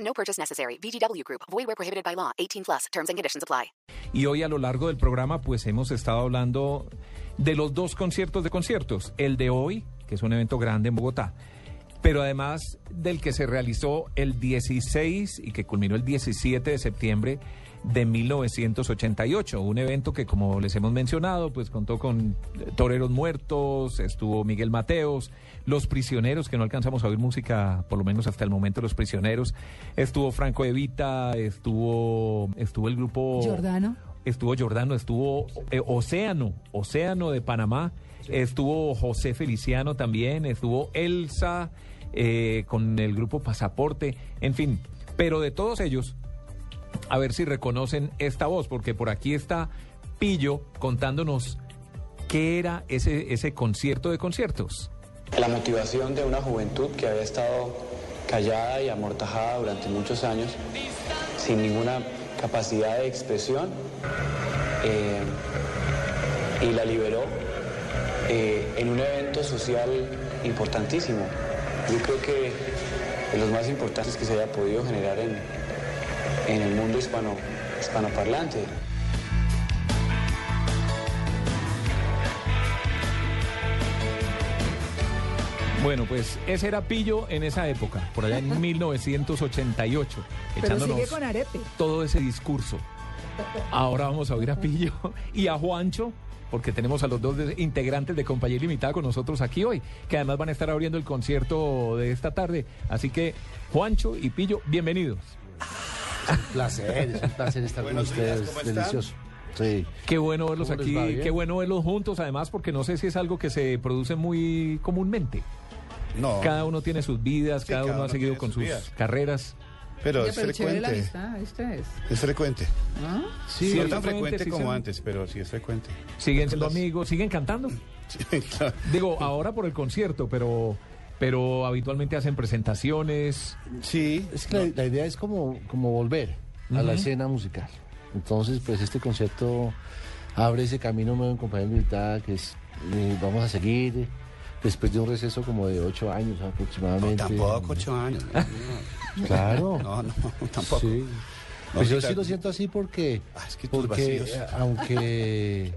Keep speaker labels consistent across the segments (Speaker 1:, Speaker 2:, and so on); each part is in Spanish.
Speaker 1: No purchase necessary. VGW Group. Void where prohibited by law. 18 plus. Terms and conditions apply.
Speaker 2: Y hoy a lo largo del programa pues hemos estado hablando de los dos conciertos de conciertos, el de hoy, que es un evento grande en Bogotá, pero además del que se realizó el 16 y que culminó el 17 de septiembre de 1988, un evento que como les hemos mencionado, pues contó con eh, toreros muertos, estuvo Miguel Mateos, Los Prisioneros, que no alcanzamos a oír música, por lo menos hasta el momento Los Prisioneros, estuvo Franco Evita, estuvo estuvo el grupo
Speaker 3: Giordano.
Speaker 2: estuvo Jordano, estuvo eh, Océano, Océano de Panamá, estuvo José Feliciano también, estuvo Elsa eh, con el grupo Pasaporte, en fin, pero de todos ellos, a ver si reconocen esta voz, porque por aquí está Pillo contándonos qué era ese, ese concierto de conciertos.
Speaker 4: La motivación de una juventud que había estado callada y amortajada durante muchos años, sin ninguna capacidad de expresión, eh, y la liberó eh, en un evento social importantísimo. Yo creo que de los más importantes que se haya podido generar en, en el mundo hispano, hispanoparlante.
Speaker 2: Bueno, pues ese era Pillo en esa época, por allá en 1988,
Speaker 3: Pero sigue
Speaker 2: echándonos
Speaker 3: con arepe.
Speaker 2: todo ese discurso. Ahora vamos a oír a Pillo y a Juancho, porque tenemos a los dos de- integrantes de Compañía Limitada con nosotros aquí hoy, que además van a estar abriendo el concierto de esta tarde. Así que Juancho y Pillo, bienvenidos.
Speaker 5: placer, es un placer estar con ustedes. Delicioso. Sí.
Speaker 2: Qué bueno verlos
Speaker 5: ¿Cómo les
Speaker 2: aquí,
Speaker 5: va? Bien.
Speaker 2: qué bueno verlos juntos, además, porque no sé si es algo que se produce muy comúnmente.
Speaker 6: No,
Speaker 2: Cada uno tiene sus vidas, cada,
Speaker 6: cada
Speaker 2: uno ha
Speaker 6: uno
Speaker 2: seguido
Speaker 6: tiene
Speaker 2: con
Speaker 6: sus
Speaker 2: sus
Speaker 6: vidas.
Speaker 2: carreras.
Speaker 6: pero
Speaker 3: Ya,
Speaker 6: es
Speaker 3: pero chévere la
Speaker 6: frecuente.
Speaker 3: amistad, ustedes.
Speaker 6: Es frecuente.
Speaker 5: Sí,
Speaker 6: no tan
Speaker 2: Ciertamente,
Speaker 6: frecuente
Speaker 2: sí,
Speaker 6: como
Speaker 2: sí.
Speaker 6: antes, pero sí es frecuente.
Speaker 2: Siguen siendo amigos, siguen cantando.
Speaker 6: Sí, claro.
Speaker 2: Digo, ahora por el concierto, pero, pero habitualmente hacen presentaciones.
Speaker 6: Sí,
Speaker 5: es que la, la idea es como, como volver a la escena musical. Entonces, pues este concierto abre ese camino nuevo en compañía limitada que es, eh, vamos a seguir eh, después de un receso como de ocho años
Speaker 6: no,
Speaker 5: aproximadamente.
Speaker 6: tampoco ocho años.
Speaker 5: Claro.
Speaker 6: No, no, tampoco.
Speaker 5: Sí.
Speaker 6: No,
Speaker 5: Pues
Speaker 6: sí,
Speaker 5: yo
Speaker 6: tal-
Speaker 5: sí lo siento así porque,
Speaker 6: Ah, es que tus
Speaker 5: porque
Speaker 6: vacíos.
Speaker 5: eh, aunque,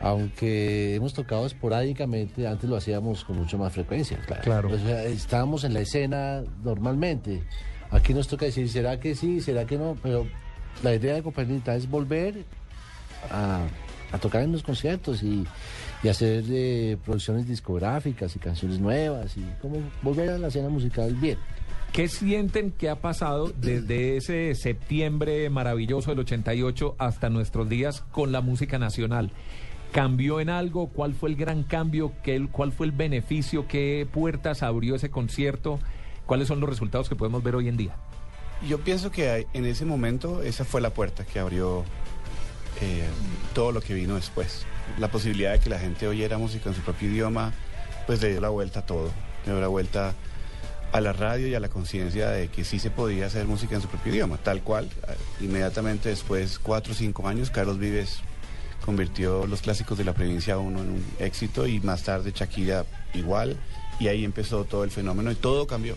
Speaker 5: aunque hemos tocado esporádicamente, antes lo hacíamos con mucho más frecuencia. Claro.
Speaker 2: Claro.
Speaker 5: O sea, estábamos en la escena normalmente. Aquí nos toca decir, ¿será que sí? ¿Será que no? Pero la idea de Compañía Limitada es volver a, a tocar en los conciertos y, y hacer eh, producciones discográficas y canciones nuevas y como volver a la escena musical bien.
Speaker 2: ¿Qué sienten que ha pasado desde ese septiembre maravilloso del 88 hasta nuestros días con la música nacional? ¿Cambió en algo? ¿Cuál fue el gran cambio? ¿Qué- ¿Cuál fue el beneficio? ¿Qué puertas abrió ese concierto? ¿Cuáles son los resultados que podemos ver hoy en día?
Speaker 6: Yo pienso que hay- en ese momento esa fue la puerta que abrió eh, todo lo que vino después. La posibilidad de que la gente oyera música en su propio idioma, pues le dio la vuelta a todo. Le dio la vuelta a la radio y a la conciencia de que sí se podía hacer música en su propio idioma. Tal cual, ah, inmediatamente después, cuatro o cinco años, Carlos Vives convirtió los clásicos de la provincia 1 en un éxito y más tarde Shakira igual. Y ahí empezó todo el fenómeno y todo cambió.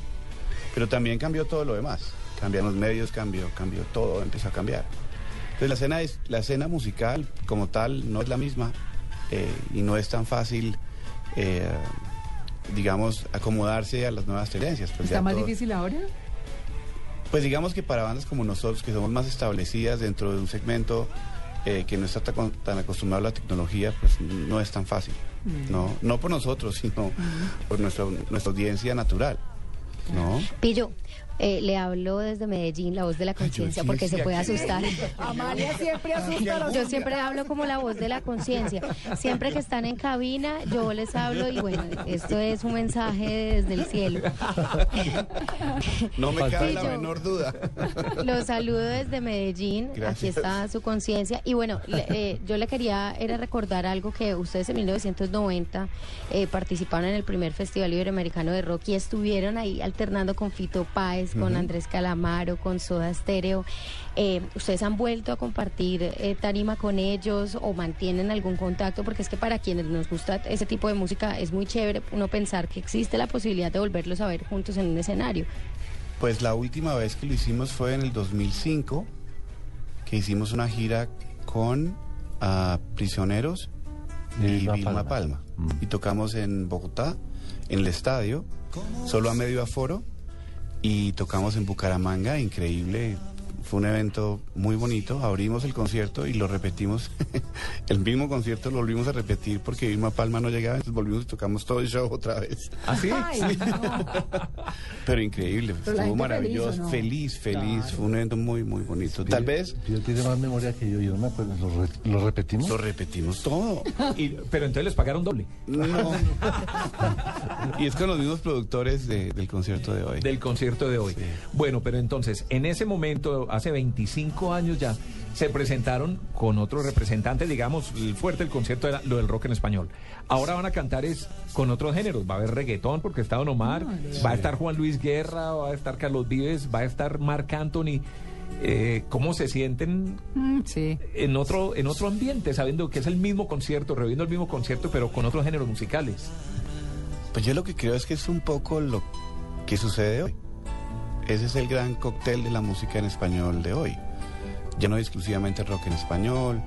Speaker 6: Pero también cambió todo lo demás. Cambiaron los medios, cambió, cambió todo, empezó a cambiar. Entonces la escena, es, la escena musical como tal no es la misma eh, y no es tan fácil, eh, digamos, acomodarse a las nuevas tendencias. Pues,
Speaker 3: ¿Está
Speaker 6: ya
Speaker 3: más
Speaker 6: todo-
Speaker 3: difícil ahora?
Speaker 6: pues digamos que para bandas como nosotros, que somos más establecidas dentro de un segmento eh, que no está tan, tan acostumbrado a la tecnología, pues no es tan fácil. No,
Speaker 3: Mm.
Speaker 6: no por nosotros, sino por nuestra, nuestra audiencia natural. ¿no?
Speaker 7: Pillo,
Speaker 3: Eh, le hablo desde Medellín, la voz de la conciencia,
Speaker 8: sí,
Speaker 3: porque
Speaker 8: sí,
Speaker 3: se puede
Speaker 8: aquí.
Speaker 3: asustar.
Speaker 7: Amalia siempre asusta a los
Speaker 3: Yo siempre hablo como la voz de la conciencia. Siempre que están en cabina, yo les hablo y bueno, esto es un mensaje desde el cielo.
Speaker 6: No me cabe la
Speaker 3: Pillo.
Speaker 6: menor duda.
Speaker 3: Los saludo desde Medellín. Aquí
Speaker 6: Gracias.
Speaker 3: está su conciencia. Y bueno, le- eh, yo le quería era recordar algo que ustedes en 1990 eh, participaron en el primer Festival Iberoamericano de Rock y estuvieron ahí alternando con Fito Páez, pues, con Andrés Calamaro, con Soda Stereo. Eh, ¿Ustedes han vuelto a compartir eh, tarima con ellos o mantienen algún contacto? Porque es que para quienes nos gusta ese tipo de música es muy chévere uno pensar que existe la posibilidad de volverlos a ver juntos en un escenario.
Speaker 6: Pues la última vez que lo hicimos fue en el 2005, que hicimos una gira con ah, Prisioneros y Vilma, Palma. Y tocamos en Bogotá, en el estadio, solo a medio aforo, y tocamos en Bucaramanga, increíble. Fue un evento muy bonito, abrimos el concierto y lo repetimos. el mismo concierto lo volvimos a repetir porque Vilma Palma no llegaba, entonces volvimos y tocamos todo el show otra vez.
Speaker 2: ¿Así?
Speaker 7: Ay, no.
Speaker 6: Pero increíble,
Speaker 7: la
Speaker 6: estuvo
Speaker 7: gente
Speaker 6: maravilloso,
Speaker 7: feliz, ¿o no?
Speaker 6: feliz, feliz, fue un evento muy, muy bonito. Tal vez
Speaker 5: Yo tiene más memoria que yo, yo no me acuerdo. ¿Lo, re- lo repetimos?
Speaker 6: lo repetimos todo.
Speaker 2: Y- pero entonces les pagaron doble
Speaker 6: No. y es con los mismos productores de- del concierto de hoy.
Speaker 2: del concierto de hoy. Bueno, pero entonces, en ese momento, hace 25 años ya, se presentaron con otro representante, digamos, el fuerte el concierto era lo del rock en español. Ahora van a cantar es con otros géneros. Va a haber reggaetón porque está Don Omar, va a estar Juan Luis Guerra, va a estar Carlos Vives, va a estar Marc Anthony. Eh, ¿Cómo se sienten
Speaker 7: Mm, Sí.
Speaker 2: en otro, en otro ambiente, sabiendo que es el mismo concierto, reviviendo el mismo concierto, pero con otros géneros musicales?
Speaker 6: Pues yo lo que creo es que es un poco lo que sucede hoy. Ese es el gran cóctel de la música en español de hoy. Ya no exclusivamente rock en español.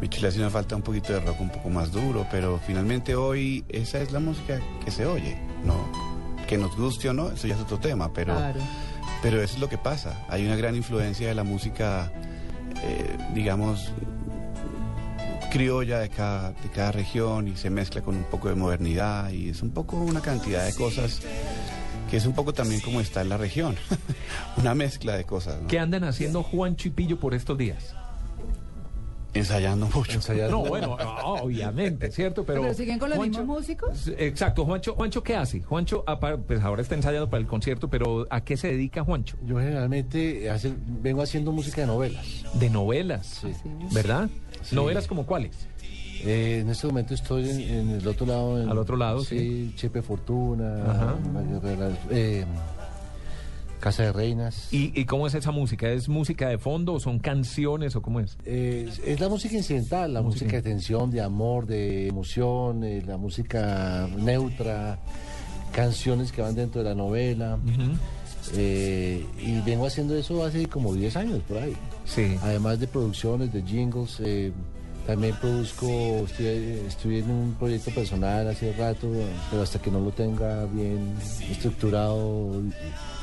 Speaker 6: Michi le hace una falta un poquito de rock un poco más duro, pero finalmente hoy esa es la música que se oye, ¿no? Que nos guste o no, eso ya es otro tema, pero...
Speaker 7: Claro.
Speaker 6: Pero eso es lo que pasa. Hay una gran influencia de la música, eh, digamos, criolla de cada, de cada región y se mezcla con un poco de modernidad y es un poco una cantidad de cosas que es un poco también como está en la región. una mezcla de cosas, ¿no?
Speaker 2: ¿Qué andan haciendo Juan Chipillo por estos días?
Speaker 6: Ensayando mucho.
Speaker 2: No, bueno, ah, obviamente, ¿cierto? Pero,
Speaker 7: Pero, siguen con los
Speaker 2: Juancho-
Speaker 7: mismos músicos.
Speaker 2: Exacto, Juancho, Juancho, ¿qué hace? Juancho, apa- pues ahora está ensayado para el concierto, pero ¿a qué se dedica Juancho?
Speaker 5: Yo generalmente hace- vengo haciendo música de novelas.
Speaker 2: De novelas, ¿verdad?
Speaker 5: Sí.
Speaker 2: ¿Novelas como cuáles?
Speaker 5: Eh, en este momento estoy en, en el otro lado. en-
Speaker 2: Al otro lado, sí.
Speaker 5: Chepe Fortuna,
Speaker 2: Ajá.
Speaker 5: eh, Casa de Reinas.
Speaker 2: ¿Y, y cómo es esa música? ¿Es música de fondo o son canciones o cómo es?
Speaker 5: Eh, es- es la música incidental, la música, de tensión, de amor, de emoción, eh, la música neutra, canciones que van dentro de la novela. Eh, y vengo haciendo eso hace como 10 años por ahí.
Speaker 2: Sí.
Speaker 5: Además de producciones, de jingles, eh, también produzco, estoy, estoy en un proyecto personal hace rato, pero hasta que no lo tenga bien estructurado,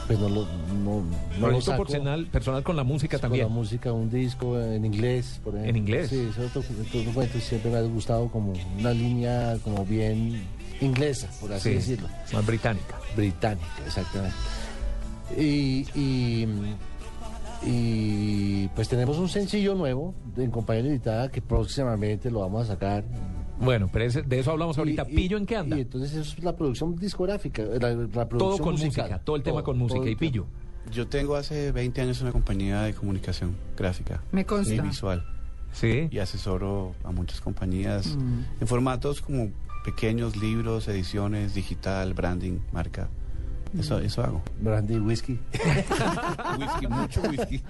Speaker 5: pues no lo, no, no lo
Speaker 2: Proyecto
Speaker 5: saco.
Speaker 2: personal, personal con la música
Speaker 5: Con
Speaker 2: también.
Speaker 5: la música, un disco en inglés, por ejemplo.
Speaker 2: ¿En inglés?
Speaker 5: Sí, eso es otro, otro cuento. Siempre me ha gustado como una línea como bien inglesa, por así
Speaker 2: Sí,
Speaker 5: decirlo.
Speaker 2: más británica.
Speaker 5: Británica, exactamente. Y, y, y, pues tenemos un sencillo nuevo de en compañía invitada que próximamente lo vamos a sacar.
Speaker 2: Bueno, pero ese- de eso hablamos ahorita.
Speaker 5: Y- y-
Speaker 2: ¿Pillo en qué anda?
Speaker 5: Y entonces eso es la producción discográfica, la, la producción
Speaker 2: todo con
Speaker 5: musical.
Speaker 2: música, todo el tema con
Speaker 5: todo
Speaker 2: música.
Speaker 5: el
Speaker 2: ¿Y Pillo?
Speaker 5: tema.
Speaker 6: Yo tengo hace 20 años una compañía de comunicación gráfica
Speaker 7: Me consta.
Speaker 6: y visual
Speaker 2: Sí.
Speaker 6: y asesoro a muchas compañías en formatos como pequeños libros, ediciones, digital, branding, marca. Eso, eso hago.
Speaker 5: Brandy Whiskey.
Speaker 6: whisky, mucho whisky.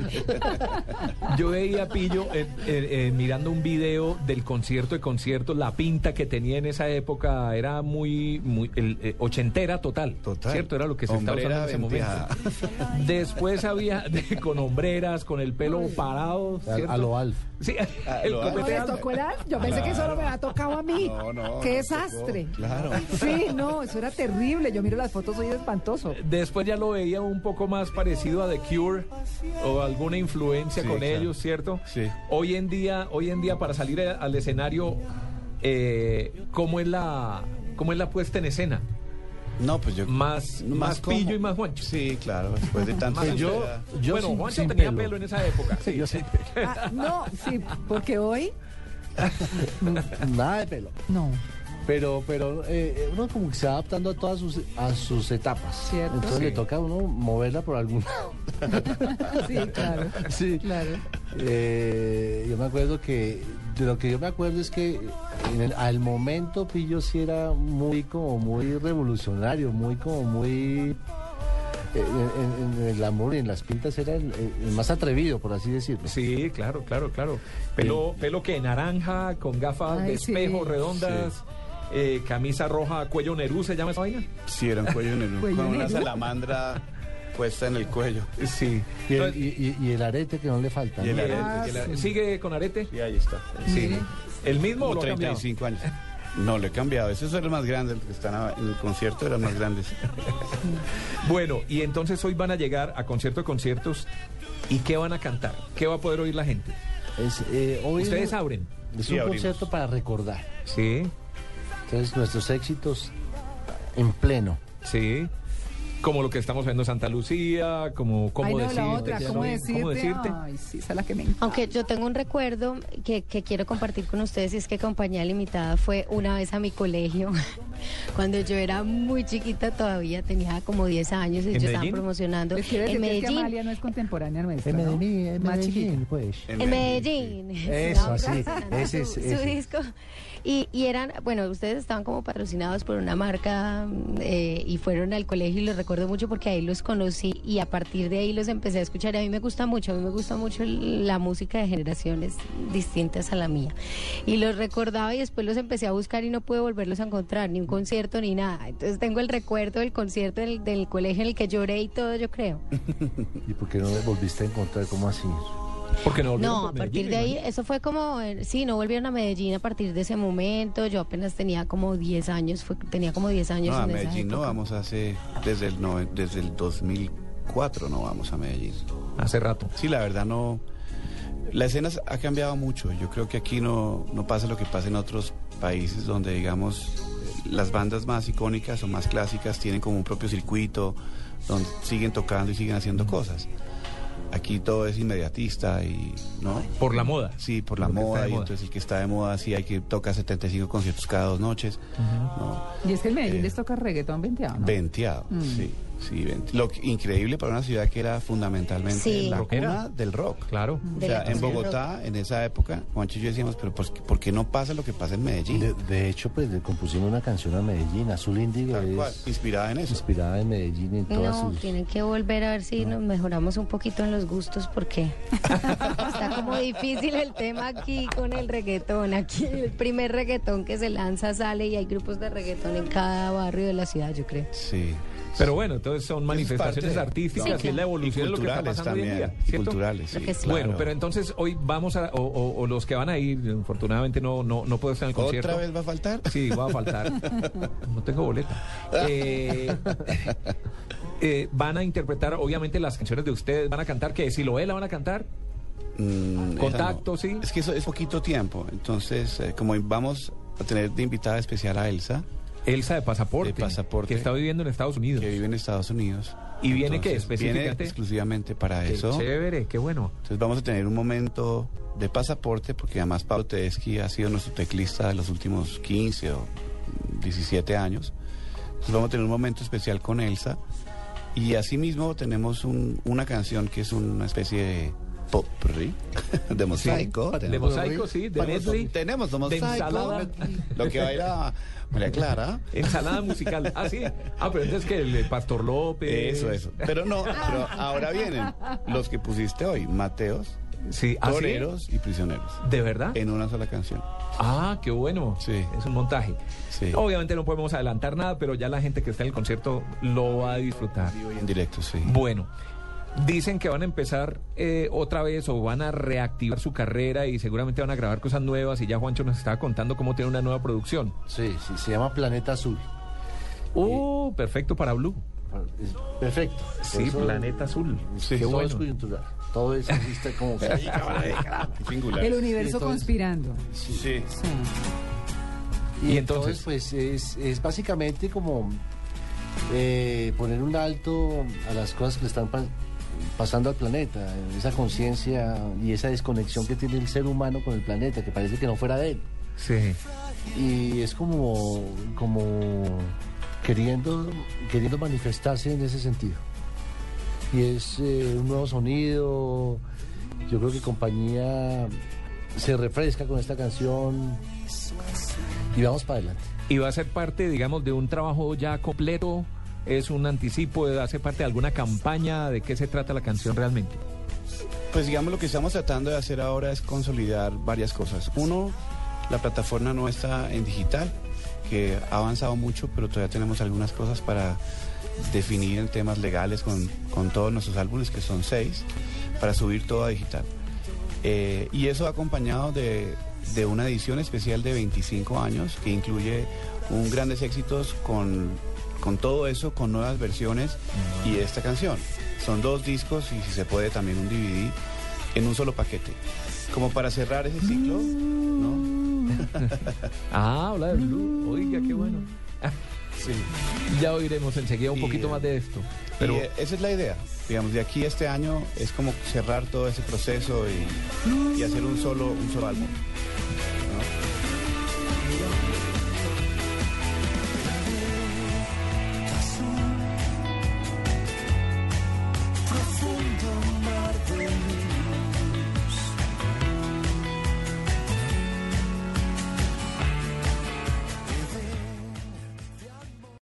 Speaker 2: Yo veía a Pillo eh, eh, eh, mirando un video del concierto de conciertos, la pinta que tenía en esa época era muy, muy el, eh, ochentera total,
Speaker 6: Total.
Speaker 2: ¿cierto? Era lo que se
Speaker 6: Hombrera
Speaker 2: estaba usando en ese momento. Después había de- con hombreras, con el pelo parado,
Speaker 5: A-
Speaker 2: ¿cierto?
Speaker 5: a lo Alf.
Speaker 2: Sí,
Speaker 6: A
Speaker 2: el
Speaker 6: lo Alf.
Speaker 7: ¿Cómo
Speaker 2: copete
Speaker 7: les
Speaker 2: Alf.
Speaker 7: tocó el alf? Yo pensé que solo me había tocado a mí.
Speaker 6: No, no,
Speaker 7: Qué
Speaker 6: no
Speaker 7: desastre.
Speaker 6: tocó, claro.
Speaker 7: Sí, no, eso era terrible. Yo miro las fotos hoy es espantoso.
Speaker 2: Después ya lo veía un poco más parecido a The Cure o alguna influencia
Speaker 6: Sí,
Speaker 2: con
Speaker 6: claro.
Speaker 2: ellos, ¿cierto?
Speaker 6: Sí.
Speaker 2: Hoy en día, hoy en día para salir a- al eh, escenario, eh, ¿cómo es la cómo es la puesta en escena?
Speaker 6: No, pues yo.
Speaker 2: Más- más
Speaker 6: como-
Speaker 2: pillo y más guancho.
Speaker 6: Sí, claro, después de tanta.
Speaker 2: Más
Speaker 5: yo-
Speaker 6: ansiedad.
Speaker 5: yo
Speaker 2: bueno,
Speaker 5: sin-
Speaker 2: Juancho
Speaker 5: sin
Speaker 2: tenía pelo.
Speaker 5: pelo.
Speaker 2: en esa época. Sí,
Speaker 5: Yo
Speaker 2: sí.
Speaker 5: sin
Speaker 7: Ah, no, sí, porque hoy
Speaker 5: Nada de pelo.
Speaker 7: no.
Speaker 5: Pero, pero eh, uno como que se va adaptando a todas sus, a sus etapas.
Speaker 7: Cierto.
Speaker 5: Entonces
Speaker 7: Sí.
Speaker 5: le toca a uno moverla por algún lado.
Speaker 7: Sí, claro.
Speaker 5: Sí.
Speaker 7: Claro.
Speaker 5: Eh, yo me acuerdo que, de lo que yo me acuerdo es que en el- al momento Pillo sí era muy como muy revolucionario, muy como muy... eh, En, en- en el amor y en las pintas era el, el más atrevido, por así decirlo.
Speaker 2: Sí, claro, claro, claro. Pelo, pelo que naranja, con gafas de
Speaker 7: Ay, sí.
Speaker 2: espejo redondas, eh, camisa roja, cuello nerú, ¿se llama esa vaina?
Speaker 6: Sí, era un cuello negro,
Speaker 7: Cuello
Speaker 6: con una
Speaker 7: negro.
Speaker 6: salamandra puesta en el cuello.
Speaker 2: Sí.
Speaker 5: Y el, y- y- y el arete que no le falta.
Speaker 6: Y el
Speaker 5: ¿no?
Speaker 6: arete.
Speaker 2: ¿Sigue con arete?
Speaker 6: Y ahí está.
Speaker 2: Sí. ¿El mismo o lo
Speaker 6: Como
Speaker 2: ha cambiado?
Speaker 6: 35 años. No, lo he cambiado. Ese es el más grande, el que está en el concierto era más grande.
Speaker 2: Bueno, y entonces hoy van a llegar a concierto de conciertos. ¿Y qué van a cantar? ¿Qué va a poder oír la gente?
Speaker 5: Es, eh,
Speaker 6: Pues
Speaker 5: hoy es
Speaker 2: Ustedes
Speaker 5: un-
Speaker 2: abren.
Speaker 5: Es
Speaker 6: Sí,
Speaker 5: un
Speaker 6: abrimos.
Speaker 5: concierto para recordar.
Speaker 2: Sí,
Speaker 5: Entonces nuestros éxitos en pleno.
Speaker 2: sí. Como lo que estamos viendo en Santa Lucía, como cómo
Speaker 7: Ay, no,
Speaker 2: decirte.
Speaker 7: la otra, ¿cómo decirte?
Speaker 3: Ah.
Speaker 7: Ay, sí, esa es la que me encanta.
Speaker 3: Aunque yo tengo un recuerdo que, que quiero compartir con ustedes y es que Compañía Limitada fue una vez a mi colegio. Cuando yo era muy chiquita todavía, tenía como 10 años y
Speaker 2: ¿En
Speaker 3: yo estaba
Speaker 2: Medellín?
Speaker 3: promocionando
Speaker 7: Les quiero
Speaker 3: en
Speaker 7: decir que es que
Speaker 3: Medellín.
Speaker 7: Amalia no es contemporánea nuestra, ¿no? Más chiquita.
Speaker 5: pues.
Speaker 3: En Medellín.
Speaker 5: Eso,
Speaker 3: Estaba
Speaker 5: así,
Speaker 3: promocionando
Speaker 5: Ah, ese es-
Speaker 3: su, su
Speaker 5: ese.
Speaker 3: disco. Y, y eran, bueno, ustedes estaban como patrocinados por una marca mm, eh, y fueron al colegio y los recuerdo mucho porque ahí los conocí y a partir de ahí los empecé a escuchar. Y A mí me gusta mucho, a mí me gusta mucho l- la música de generaciones distintas a la mía. Y los recordaba y después los empecé a buscar y no pude volverlos a encontrar, ni un concierto ni nada. Entonces tengo el recuerdo del concierto del, del colegio en el que lloré y todo, yo creo.
Speaker 5: ¿Y por qué no me volviste a encontrar? ¿Cómo así?
Speaker 2: Porque no volvieron
Speaker 3: No, a
Speaker 2: por
Speaker 3: partir
Speaker 2: Medellín,
Speaker 3: de ahí,
Speaker 2: imagínate.
Speaker 3: eso fue como, eh, sí, no volvieron a Medellín a partir de ese momento, yo apenas tenía como 10 años, fue- tenía como 10 años
Speaker 6: No, a
Speaker 3: en esa
Speaker 6: Medellín no
Speaker 3: época.
Speaker 6: vamos hace. Desde el, noven- desde el 2004 no vamos a Medellín.
Speaker 2: Hace rato.
Speaker 6: Sí, la verdad no. La escena ha cambiado mucho. Yo creo que aquí no, no pasa lo que pasa en otros países donde, digamos, las bandas más icónicas o más clásicas tienen como un propio circuito donde siguen tocando y siguen haciendo cosas. Aquí todo es inmediatista y, ¿no?
Speaker 2: Por la moda.
Speaker 6: Sí, por la
Speaker 2: Porque está
Speaker 6: moda.
Speaker 2: de
Speaker 6: Y
Speaker 2: moda.
Speaker 6: entonces el que está de moda, sí, hay que toca 75 conciertos cada dos noches. ¿no?
Speaker 7: Y es que en Medellín
Speaker 6: Eh,
Speaker 7: les toca reggaetón venteado, ¿no?
Speaker 6: Venteado,
Speaker 3: Mm.
Speaker 6: sí, sí, vente- Lo que- increíble para una ciudad que era fundamentalmente
Speaker 3: Sí.
Speaker 6: la
Speaker 2: Rockera.
Speaker 6: cuna del rock.
Speaker 2: Claro.
Speaker 6: O
Speaker 3: De
Speaker 6: sea,
Speaker 3: la cuna
Speaker 6: en
Speaker 3: del
Speaker 6: Bogotá, en esa época, Juancho y yo decíamos, pero ¿por qué, por qué no pasa lo que pasa en Medellín?
Speaker 5: De, de hecho, pues le compusimos una canción a Medellín. Azul Índigo
Speaker 6: Tal cual,
Speaker 5: es
Speaker 6: inspirada en eso.
Speaker 5: inspirada en Medellín y en todas
Speaker 3: No,
Speaker 5: sus...
Speaker 3: tienen que volver a ver si nos mejoramos un poquito en los gustos porque está como difícil el tema aquí con el reggaetón. Aquí el primer reggaetón que se lanza sale y hay grupos de reggaetón en cada barrio de la ciudad, yo creo.
Speaker 6: Sí.
Speaker 2: Pero bueno, entonces son manifestaciones
Speaker 6: parte de-
Speaker 2: artísticas,
Speaker 3: Sí,
Speaker 2: es la
Speaker 3: claro.
Speaker 2: evolución de lo que está
Speaker 6: culturales
Speaker 2: pasando hoy en
Speaker 6: también.
Speaker 2: día.
Speaker 6: y
Speaker 2: ¿cierto?
Speaker 6: culturales, sí,
Speaker 3: Creo que sí.
Speaker 6: claro.
Speaker 2: Bueno, pero entonces hoy vamos a, o, o- o los que van a ir, afortunadamente no, no, no puedo estar en el concierto.
Speaker 6: ¿Otra vez va a faltar?
Speaker 2: Sí, va a faltar. No tengo boleta. Eh, eh, van a interpretar, obviamente, las canciones de ustedes. Van a cantar que Siloela van a cantar.
Speaker 6: Mm, esa
Speaker 2: Contacto,
Speaker 6: no.
Speaker 2: sí.
Speaker 6: Es que eso es poquito tiempo. Entonces, eh, como vamos a tener de invitada especial a Elsa,
Speaker 2: Elsa de Pasaporte.
Speaker 6: De Pasaporte.
Speaker 2: Que está viviendo en Estados Unidos.
Speaker 6: que vive en Estados Unidos.
Speaker 2: ¿Y viene qué,
Speaker 6: Entonces,
Speaker 2: específicamente?
Speaker 6: Viene exclusivamente para
Speaker 2: Qué
Speaker 6: eso.
Speaker 2: chévere, qué bueno.
Speaker 6: Entonces vamos a tener un momento de pasaporte porque además Pablo Tedeschi ha sido nuestro teclista de los últimos 15 o 17 años. Entonces vamos a tener un momento especial con Elsa y asimismo tenemos un- una canción que es una especie de pop de mosaico.
Speaker 2: de mosaico, sí, de medley.
Speaker 6: Tenemos de
Speaker 2: De
Speaker 6: mosaico.
Speaker 2: ensalada.
Speaker 6: Lo que baila María Clara.
Speaker 2: Ensalada musical. Ah, sí. Ah, pero entonces que el Pastor López.
Speaker 6: Eso, eso. Pero no, pero ahora vienen los que pusiste hoy, Mateos,
Speaker 2: Sí, ¿ah, sí?
Speaker 6: Toreros y Prisioneros.
Speaker 2: ¿De verdad?
Speaker 6: En una sola canción.
Speaker 2: Ah, qué bueno.
Speaker 6: Sí.
Speaker 2: Es un montaje.
Speaker 6: Sí.
Speaker 2: Obviamente no podemos adelantar nada, pero ya la gente que está en el concierto lo va a disfrutar.
Speaker 6: En directo, sí.
Speaker 2: Bueno, dicen que van a empezar eh, otra vez o van a reactivar su carrera y seguramente van a grabar cosas nuevas. Y ya Juancho nos estaba contando cómo tiene una nueva producción.
Speaker 5: Sí, sí, se llama Planeta Azul.
Speaker 6: Uh.
Speaker 2: Oh, perfecto para Blue.
Speaker 5: Es perfecto. Por
Speaker 2: Sí,
Speaker 5: eso
Speaker 2: Planeta Azul.
Speaker 6: Sí.
Speaker 2: qué
Speaker 5: todo
Speaker 2: bueno.
Speaker 5: es coyuntural. Todo es existe como...
Speaker 6: Singular.
Speaker 7: El universo
Speaker 5: entonces-
Speaker 7: conspirando.
Speaker 6: Sí.
Speaker 7: Sí.
Speaker 2: Y
Speaker 5: Y
Speaker 2: entonces-
Speaker 5: entonces, pues es, es básicamente como eh, poner un alto a las cosas que le están pa- pasando al planeta, esa conciencia y esa desconexión que tiene el ser humano con el planeta, que parece que no fuera de él.
Speaker 2: Sí.
Speaker 5: Y es como, como queriendo, queriendo manifestarse en ese sentido. Y es eh, un nuevo sonido. Yo creo que compañía se refresca con esta canción. Y vamos para adelante.
Speaker 2: ¿Y va a ser parte, digamos, de un trabajo ya completo? ¿Es un anticipo? ¿Hace parte de alguna campaña? ¿De qué se trata la canción realmente?
Speaker 6: Pues digamos lo que estamos tratando de hacer ahora es consolidar varias cosas. Uno, la plataforma no está en digital, que ha avanzado mucho, pero todavía tenemos algunas cosas para definir en temas legales con, con todos nuestros álbumes, que son seis, para subir todo a digital. Eh, y eso acompañado de, de una edición especial de 25 años que incluye un grandes éxitos con, con todo eso, con nuevas versiones y esta canción. Son dos discos y si se puede también un DVD en un solo paquete. Como para cerrar ese ciclo, ¿no?
Speaker 2: Ah, habla de Blue. Oiga, qué bueno. Ya oiremos enseguida un
Speaker 6: Y,
Speaker 2: poquito
Speaker 6: eh,
Speaker 2: más de esto.
Speaker 6: Pero
Speaker 2: Pero
Speaker 6: eh, esa es la idea. Digamos, de aquí a este año es como cerrar todo ese proceso y, y hacer un solo, un solo álbum.